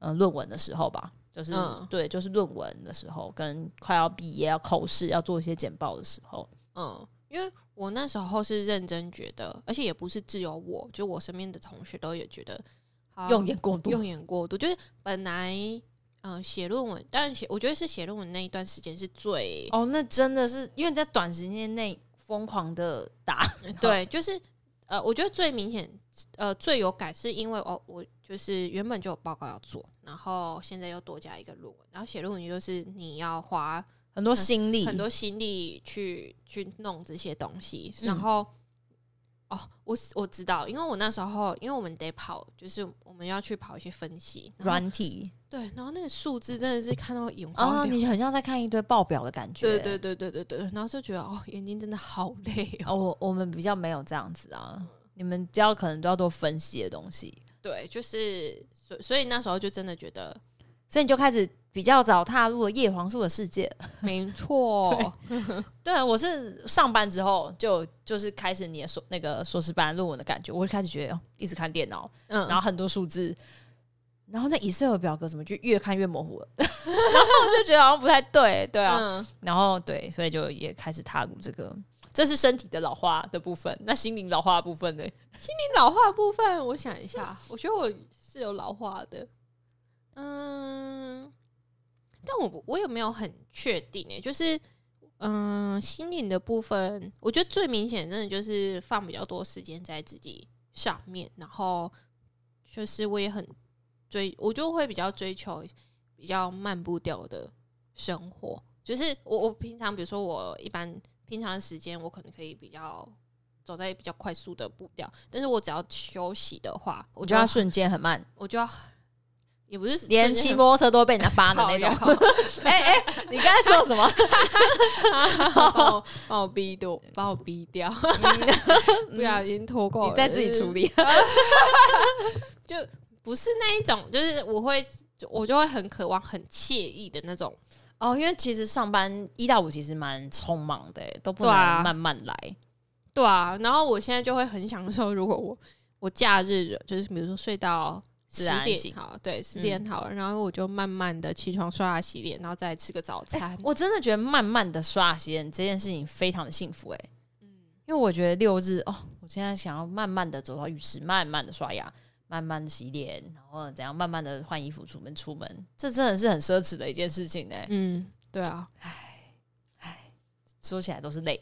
嗯、论文的时候吧，就是、嗯对，就是论文的时候，跟快要毕业要口试要做一些简报的时候，嗯，因为我那时候是认真觉得，而且也不是只有我，就我身边的同学都也觉得好用眼过度。用眼过度，就是本来嗯写论文，当然写，我觉得是写论文那一段时间是最、哦，那真的是因为你在短时间内疯狂的打，对，就是呃，我觉得最明显呃最有感是因为哦，我就是原本就有报告要做，然后现在又多加一个论文，然后写论文就是你要花很多心力，很多心力去去弄这些东西，嗯然后、哦，我我知道，因为我那时候因为我们得跑，就是我们要去跑一些分析，然后软体对，然后那个数字真的是看到眼啊、花缭哦你很像在看一堆报表的感觉。对对对对对对，然后就觉得哦，眼睛真的好 [laughs] 累哦，嗯哦，我我们比较没有这样子啊，你们比较可能都要多分析的东西。对，就是所所以那时候就真的觉得所以你就开始比较早踏入了叶黄素的世界了。没错，对啊，我是上班之后就就是开始你的硕那个硕士班论文的感觉，我就开始觉得哦一直看电脑，嗯，然后很多数字，然后那 Excel 表格怎么就越看越模糊 [laughs] 了，然后我就觉得好像不太对，对啊，嗯，然后对，所以就也开始踏入这个，这是身体的老化的部分，那心灵老化的部分呢？你老化的部分，我想一下，我觉得我是有老化的，嗯，但我不我也没有很确定诶、就是嗯，心灵的部分，我觉得最明显真的就是放比较多时间在自己上面，然后就是我也很追，我就会比较追求比较慢步调的生活，就是我我平常比如说我一般平常时间我可能可以比较。走在比较快速的步调，但是我只要休息的话，我我就觉得要它瞬间很慢，我就要也不是连骑摩托车都会被人家扒的好那种。好 [laughs] 哎哎、你刚才说什么？把 [laughs] 我把我逼掉，把我逼掉， [laughs] 不小心脱过，你再自己处理，理。 [laughs] 就不是那一种，就是我会我就会很渴望很惬意的那种， [laughs] 哦，因为其实上班一到五其实蛮匆忙的，欸都不能对啊慢慢来。对啊，然后我现在就会很享受，如果我我假日就是比如说睡到。自十然点醒好，对，十点好了，然后我就慢慢的起床刷牙洗脸，然后再来吃个早餐。哎我真的觉得慢慢的刷牙洗脸这件事情非常的幸福哎、嗯因为我觉得六日哦，我现在想要慢慢的走到浴室，慢慢的刷牙，慢慢的洗脸，然后怎样慢慢的换衣服出门出门，这真的是很奢侈的一件事情哎、嗯，对啊，说起来都 [laughs] 是泪，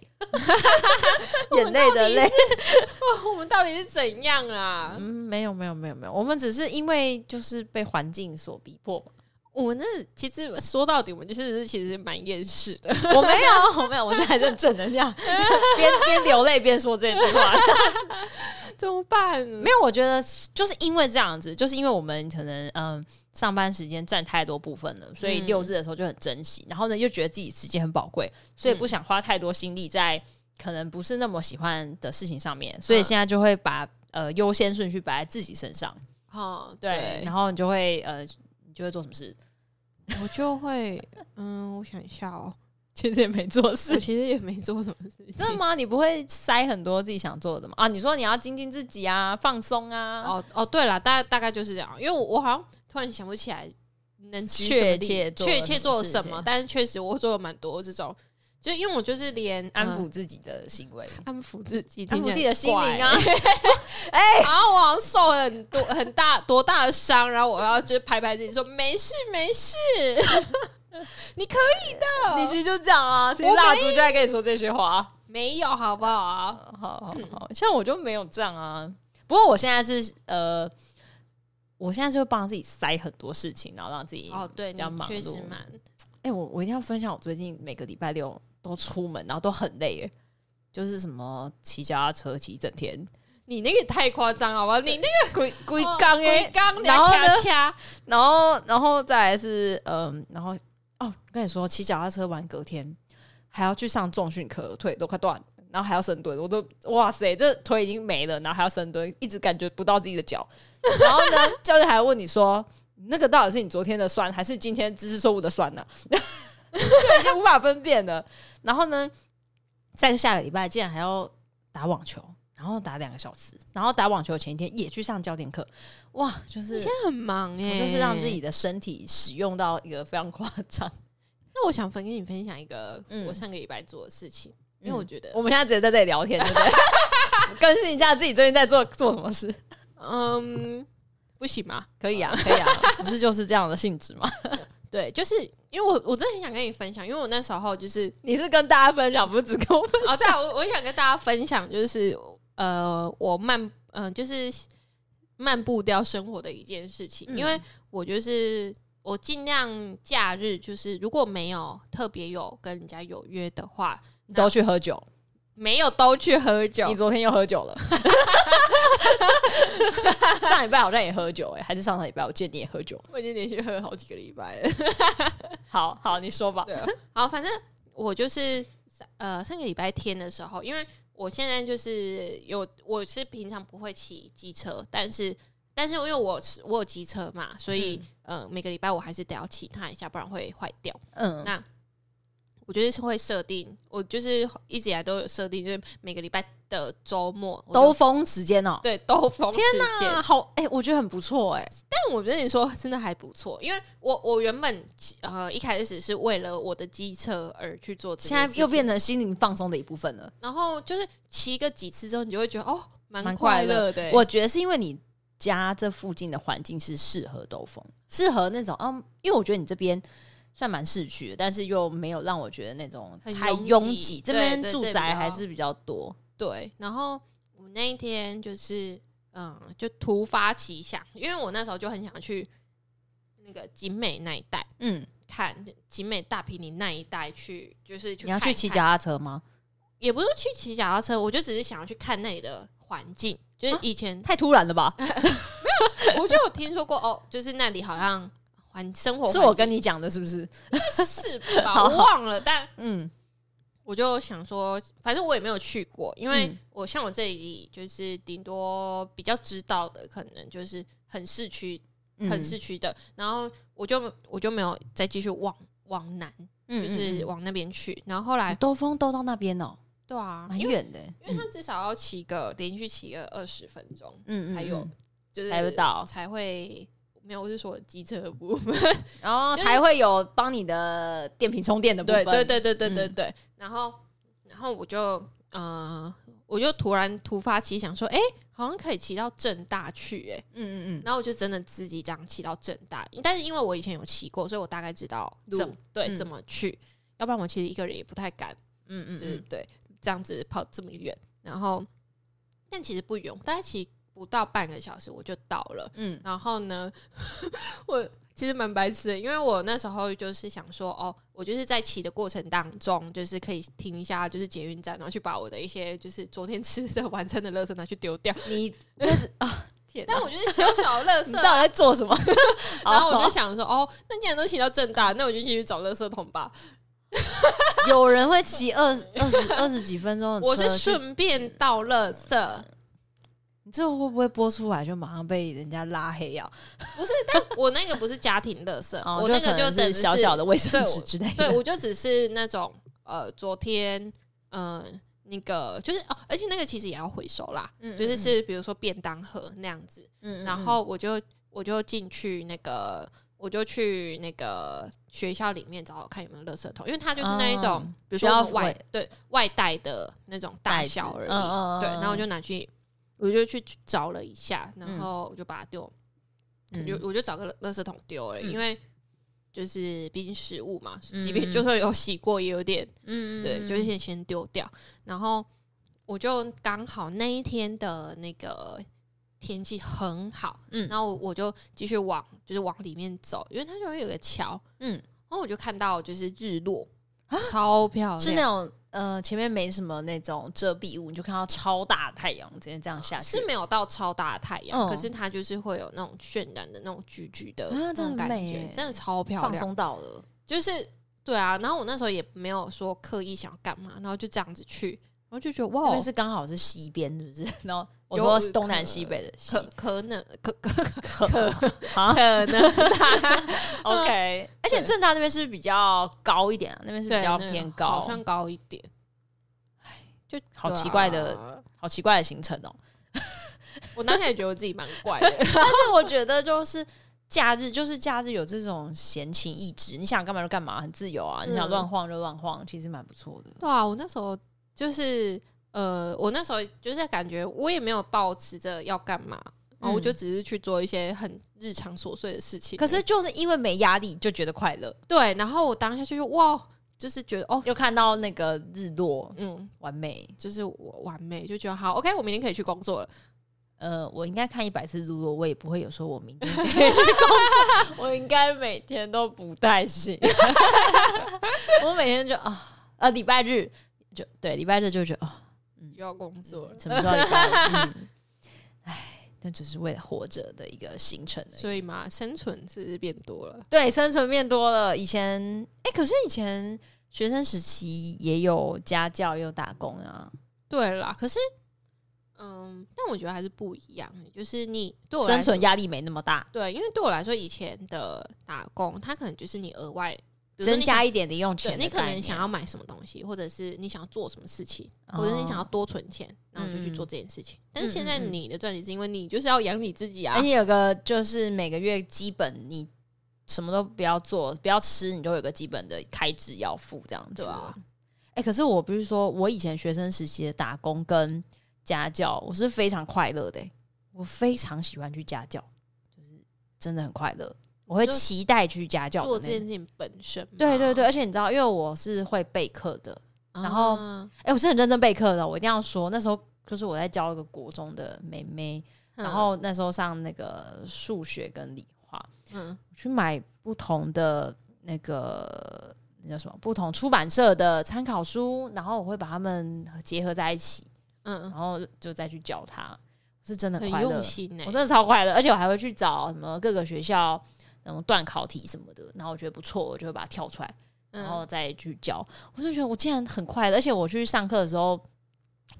眼泪的泪。 [laughs] 我们到底是怎样啊？嗯，没有没有没有没有，我们只是因为就是被环境所逼迫嘛。我们那其实说到底，我们就是其实蛮厌世 [laughs] 的。我没有我没有，我是很认真的这 [laughs] 样，边边流泪边说这句话。怎么办？没有，我觉得就是因为这样子，就是因为我们可能嗯上班时间占太多部分了，所以嗯六日的时候就很珍惜，然后呢又觉得自己时间很宝贵，所以不想花太多心力在可能不是那么喜欢的事情上面，所以嗯现在就会把呃优先顺序摆在自己身上，哦，对，对，然后你就会呃你就会做什 [laughs] 么事，我就会，嗯，我想一下哦，其实也没做我事。其实也没做什么事情。真的吗？你不会塞很多自己想做的吗？啊，你说你要精进自己啊，放松啊，哦哦，对了，大大概就是这样，因为我我好像突然想不起来能举什么确例切做了确切什么做了事什情么，但是确实我做了蛮多这种，就因为我就是连安嗯抚自己的行为，安抚自己，安听抚起自己来的心灵啊怪。 [laughs] 然后我好像受了很多很大多大的伤，然后我要就是拍拍自己说没事没事，你可以的，你其实就这样啊，其实我没蜡烛就在跟你说这些话啊。没有好不好？好好好，像我就没有这样啊。不过我现在是呃，我现在就会帮自己塞很多事情，然后让自己哦，对，比你较忙确实碌。蛮哎、我我一定要分享，我最近每个礼拜六都出门，然后都很累耶，就是什么骑脚踏车骑一整天，你那个也太夸张了好不好？你那个 [laughs] 鬼鬼刚哎，刚然后呢掐掐，然后然后再来是嗯、然后哦，跟你说骑脚踏车完隔天还要去上重训课，腿都快断了。然后还要深蹲，我都哇塞，这腿已经没了，然后还要深蹲，一直感觉不到自己的脚。然后呢，教练还问你说，那个到底是你昨天的酸，还是今天姿势错误的酸呢、 [laughs] 就已经无法分辨了。然后呢，在下个礼拜竟然还要打网球，然后打两个小时，然后打网球前一天也去上教练课，哇，就是你现在很忙哎、我就是让自己。的身体使用到一个非常夸张。那我想分跟你分享一个嗯我上个礼拜做的事情，因为我觉得，我们现在直接在这里聊天，对不对？ [laughs] 更新一下自己最近在做做什么事，嗯，不行吗？可以啊，可以啊，不是就是这样的性质吗？对，就是因为我我真的很想跟你分享，因为我那时候就是 [laughs] 你是跟大家分享，不是只跟我们？ [laughs] 哦，对、啊，我我想跟大家分享，就是呃，我慢嗯、就是慢步调生活的一件事情，嗯因为我就是我尽量假日就是如果没有特别有跟人家有约的话， [laughs] 都去喝酒，没有都去喝酒你。昨天又喝酒了。 [laughs] 上礼拜好像也喝酒哎、还是上上礼拜？我记得你也喝酒。我已经连续喝了好几个礼拜了。好好，你说吧。对啊，好，反正我就是呃上个礼拜天的时候，因为我现在就是有我是平常不会骑机车，但是。但是因为我是我有机车嘛，所以、呃每个礼拜我还是得要骑它一下，不然会坏掉。嗯那我觉得是会设定，我就是一直以来都有设定，就是每个礼拜的周末我兜都风时间哦、对兜风时间。啊，好哎、我觉得很不错哎、但我跟你说，真的还不错，因为我我原本呃一开始是为了我的机车而去做这件现在又事情变成心灵放松的一部分了。然后就是骑个几次之后，你就会觉得哦，蛮蛮快快乐的欸。我觉得是因为你家这附近的环境是适合兜风，适合那种嗯，因为我觉得你这边算蛮市区的，但是又没有让我觉得那种很太拥拥挤挤，这对边对住这比宅较还是比较多。对，然后我那一天就是嗯，就突发奇想，因为我那时候就很想去那个景美那一带嗯，看景美大坪林那一带去，就是去你要看去骑看脚踏车吗？也不是去骑脚踏车，我就只是想要去看那里的环 [laughs] 境。就是啊以前、太突然 [laughs] 了吧？我就有听说过哦，就是那里好像环生活是我环跟你讲的，是不是？境 [laughs] 是吧？好我忘了，但嗯，我就想说，反正我也没有去过，因为嗯我像我这里就是顶多比较知道的，可能就是很市区、嗯很市区的，然后我就我就没有再继续往往南，嗯就是嗯往那边去。然后后嗯来，兜风兜到那边哦，对啊，蛮因为远的。因为它至少要骑个连续骑个二十分钟，嗯才有就是才会到才会没有，我是说机车的部分。然后就是才会有帮你的电瓶充电的部对分。对对对对对嗯对。然后，然后我就呃，我就突然突发奇想说，哎、好像可以骑到正大去、哎，嗯嗯嗯，然后我就真的自己这样骑到正大。但是因为我以前有骑过，所以我大概知道路怎么对、嗯怎么去，要不然我其实一个人也不太敢，嗯就嗯是、嗯，对这样子跑这么远。然后，但其实不远，我大概骑不到半个小时我就到了。嗯然后呢， [laughs] 我其实蛮白痴的，因为我那时候就是想说，哦，我就是在骑的过程当中，就是可以停一下，就是捷运站，然后去把我的一些就是昨天吃的晚餐的垃圾拿去丢掉。 [laughs] 你这 [laughs] 是啊，天哪！但我就是小小的垃你圾到底啊。在做 [laughs] 什么？然后我就好想说，哦，那既然都骑到正大，那我就进去找垃圾桶吧。有人会骑二十二十二十几分钟哦的车，我是就，顺便倒垃圾，你这会不会播出来就马上被人家拉黑啊？不是，但我那个不是家庭垃圾，哦我那可个能就只是小小的卫生纸之类对，的。我就只是那种呃，昨天嗯、呃那个就是哦，而且那个其实也要回收啦，嗯就是嗯是比如说便当盒那样子，嗯，嗯然后我就我就进去那个，我就去那个学校里面找看有没有垃圾桶，因为它就是那一种，嗯比如说需要我们外外对外带的那种大袋子小而已，嗯嗯嗯对，嗯然后我就拿去，我就去找了一下，然嗯后我就把它丢，嗯我就我就找个垃圾桶丢了，嗯因为。就是毕竟食物嘛，嗯即便嗯就算有洗过，也有点嗯对，就是先先丢掉。然后我就刚好那一天的那个天气很好，嗯然后我就继续往就是往里面走，因为它就会有个桥，嗯，然后我就看到就是日落，超漂亮，啊是那种呃前面没什么那种遮蔽物，你就看到超大太阳直接这样下去，是没有到超大的太阳，嗯可是它就是会有那种渲染的那种橘橘的啊那这种很感美觉，耶真的超漂放亮，松到了。就是对啊。然后我那时候也没有说刻意想要干嘛，然后就这样子去，然后就觉得因哇为，是刚好是西边，是不是？然后我有说东南西北的西可可能可可可啊可 [laughs] 能，OK。而且正大那边是比较高一点、啊，那边是比对，较那偏好高，像高一点。就好对啊奇怪的，好奇怪的行程哦。 [laughs] 我当下也觉得我自己蛮怪的。但是我觉得就是假日，就是假日有这种闲情逸致，你想干嘛就干嘛，很自由啊，嗯你想乱晃就乱晃，其实蛮不错的。 [laughs] 对啊，我那时候就是呃，我那时候就是感觉我也没有抱持着要干嘛，然后我嗯就只是去做一些很日常琐碎的事情。可是就是因为没压力，就觉得快乐，对，然后我当下就是哇，就是觉得哦，又看到那个日落，嗯，完美。就是我完美，就觉得好，OK，我明天可以去工作了。呃，我应该看一百次日落，我也不会有说我明天可以去工作， [laughs] 我应该每天都不太行。 [laughs] 我每天就啊，呃，礼拜日就对，礼拜日就觉得啊，又要工作了，什么时候礼拜日？哎、那只是为了活着的一个行程而已。所以嘛，生存是不是变多了？对，生存变多了。以前哎、可是以前学生时期也有家教，也有打工啊。对啦，可是，嗯，但我觉得还是不一样，就是你对我来生存压力没那么大，对，因为对我来说，以前的打工，它可能就是你额外比如说增你加想一点零用钱对的你可概能念想要买什么东西，或者是你想要做什么事情，或者是你想要哦多存钱，然后就去嗯做这件事情。但是嗯现嗯在嗯你的赚钱是因为你就是要养你自己啊而，且有个就是每个月基本你什么都不要做，不要吃，你就有个基本的开支要付这样子。对啊，哎、可是我不是说我以前学生时期的打工跟家教，我是非常快乐的欸、我非常喜欢去家教，就是真的很快乐。我会就期待去家教做的这件那种。事情本身嘛。对对对，而且你知道，因为我是会备课的，啊，然后哎、我是很认真备课的，我一定要说，那时候就是我在教一个国中的妹妹，然嗯后那时候上那个数学跟理化，嗯我去买不同的那个那叫什么不同出版社的参考书，然后我会把它们结合在一起，然嗯，后就再去教他，是真的很快乐用，心欸呢我真。的超快乐，而且我还会去找什么各个学校那种段考题什么的，然后我觉得不错，我就会把它跳出来。然后嗯，再去教。我就觉得我竟然很快乐，而且我去上课的时候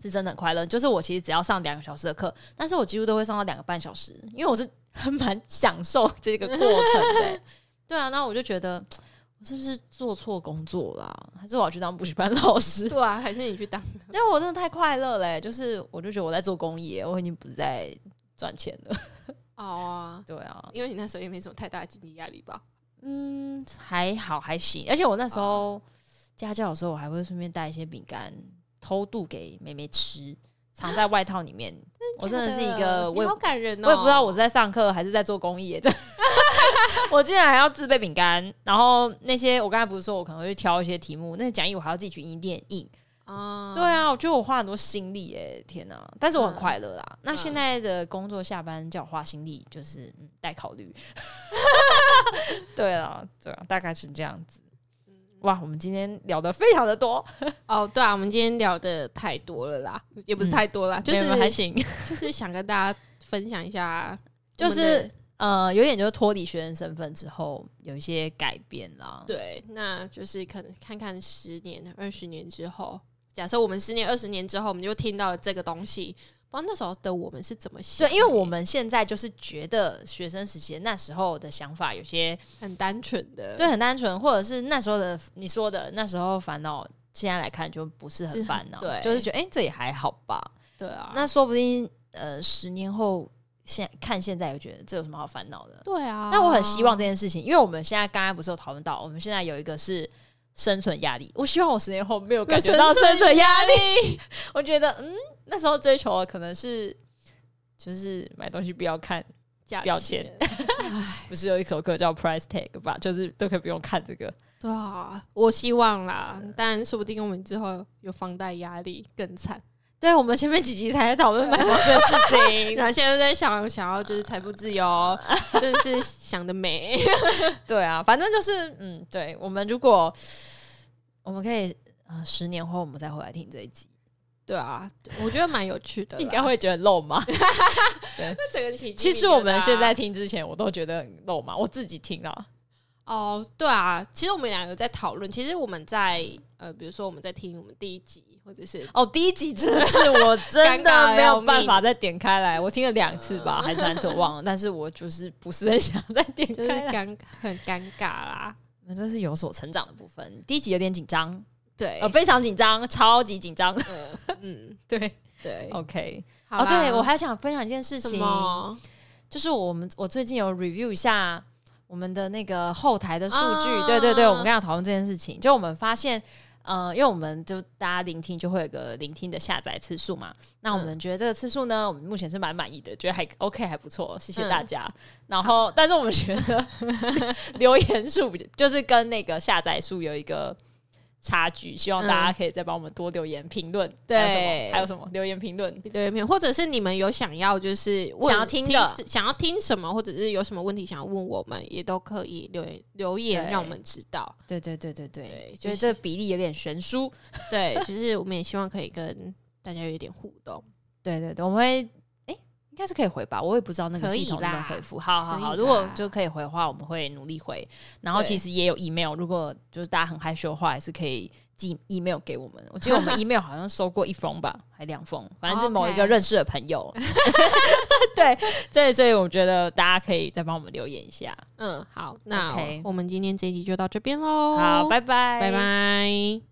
是真的很快乐。就是我其实只要上两个小时的课，但是我几乎都会上到两个半小时，因为我是 [laughs] 很蛮享受这个过程的欸、对啊，那我就觉得我是不是做错工作啦、还是我要去当补习班老师？ [laughs] 对啊，还是你去当因为我真的太快乐嘞、就是我就觉得我在做公益欸、我已经不是在赚钱了。 [laughs] 哦啊，对啊，因为你那时候也没什么太大的经济压力吧？嗯，还好还行，而且我那时候家教的时候，我还会顺便带一些饼干偷渡给妹妹吃，藏在外套里 [gasps] 面。我真的是一个，你我也好感人哦，我也不知道我是在上课还是在做公益耶。 [laughs] 这我竟然还要自备饼干，然后那些我刚才不是说我可能会去挑一些题目，那些讲义我还要自己去印店印。啊，对啊，我觉得我花很多心力哎、天哪、但是我很嗯快乐啦。那嗯现在的工作下班叫我花心力，就是嗯，待考虑。 [laughs] 对啊，对啊，大概是这样子。哇，我们今天聊的非常的多，哦，对啊，我们今天聊的太多了啦，也不是嗯太多啦，就没有还是行，就是想跟大家分享一 [laughs] 下我就们的，是 [laughs] 呃，有点就是脱离学生身份之后有一些改变啦。对，那就是可能看看十年、二十年之后，假设我们十年、二十年之后，我们就听到了这个东西，不知道那时候的我们是怎么想对，的，因为我们现在就是觉得学生时期那时候的想法有些很单纯的，对，很单纯，或者是那时候的你说的那时候烦恼，现在来看就不是是很很烦恼，对就是觉得哎、诶这也还好吧。对啊，那说不定呃十年后现看现在，又觉得这有什么好烦恼的？对啊，但我很希望这件事情，因为我们现在刚刚不是有讨论到，我们现在有一个是生存压力，我希望我十年后没有感觉到生存压力。力，我觉得嗯，那时候追求的可能是。就是买东西不要看，价不要钱，不是有一首歌叫《Price Tag》吧？就是都可以不用看这个。对啊，我希望啦，但说不定我们之后有房贷压力更惨。对，我们前面几集才在讨论买房子的事情， [laughs] 然后现在又在想，想要就是财富自由，真的是想得美。 [laughs] 对啊，反正就是嗯，对我们如果呃我们可以呃十年后我们再回来听这一集，对啊，我觉得蛮有趣的啦。应该会觉得肉 [laughs] 麻。那整个奇迹里面的啊。其实我们现在听之前，我都觉得很肉麻，我自己听了。哦，对啊，其实我们两个在讨论，其实我们在呃，比如说我们在听我们第一集，或者是哦，第一集真的是我真尴尬的得没要有命办法再点开来，我听了两次吧，还是三次我忘了，但是我就是不是很想再点就是开 [laughs] 来。尴很尴尬啦。我们这是有所成长的部分。第一集有点紧张，对呃，，非常紧张，超级紧张。呃嗯， [laughs] 对对， ，OK。好哦，啦对，我还想分享一件事什情，么就是我们我最近有 review 一下我们的那个后台的数据，啊对对对，我们刚刚有讨论这件事情，就我们发现。呃，因为我们就大家聆听就会有个聆听的下载次数嘛，那我们觉得这个次数呢，我们目前是蛮满意的，觉得还 OK 还不错，谢谢大嗯家。然后，但是我们 [laughs] 觉得留言数比就是跟那个下载数有一个差距，希望大家可以再帮我们多留言评论，还有什么嗯对还有什么留言评论，对面，或者是你们有想要就是问想要听的想要听什么，或者是有什么问题想要问我们，也都可以留言留言对让我们知 [laughs] 道。对对对对对，对觉就得是这比例有点悬殊，对，就是我们也希望可以跟大家有一点互动。 [laughs] 对对对，我们会诶，应该是可以回吧，我也不知道那个可以系统能不能啦回复。好好可以好，如果啦就可以回的话，我们会努力回。然后对其实也有 email，如果就是大家很害羞的话，也是可以寄 email 给我 [laughs] 们，我记得我们 email 好像收过一封吧，还两封，反正是某一 OK 个认识的朋 [laughs] 友。对，对，所以我觉得大家可以再帮我们留言一下。嗯，好，那 OK 我们今天这一集就到这边喽。好，拜拜，哦拜拜。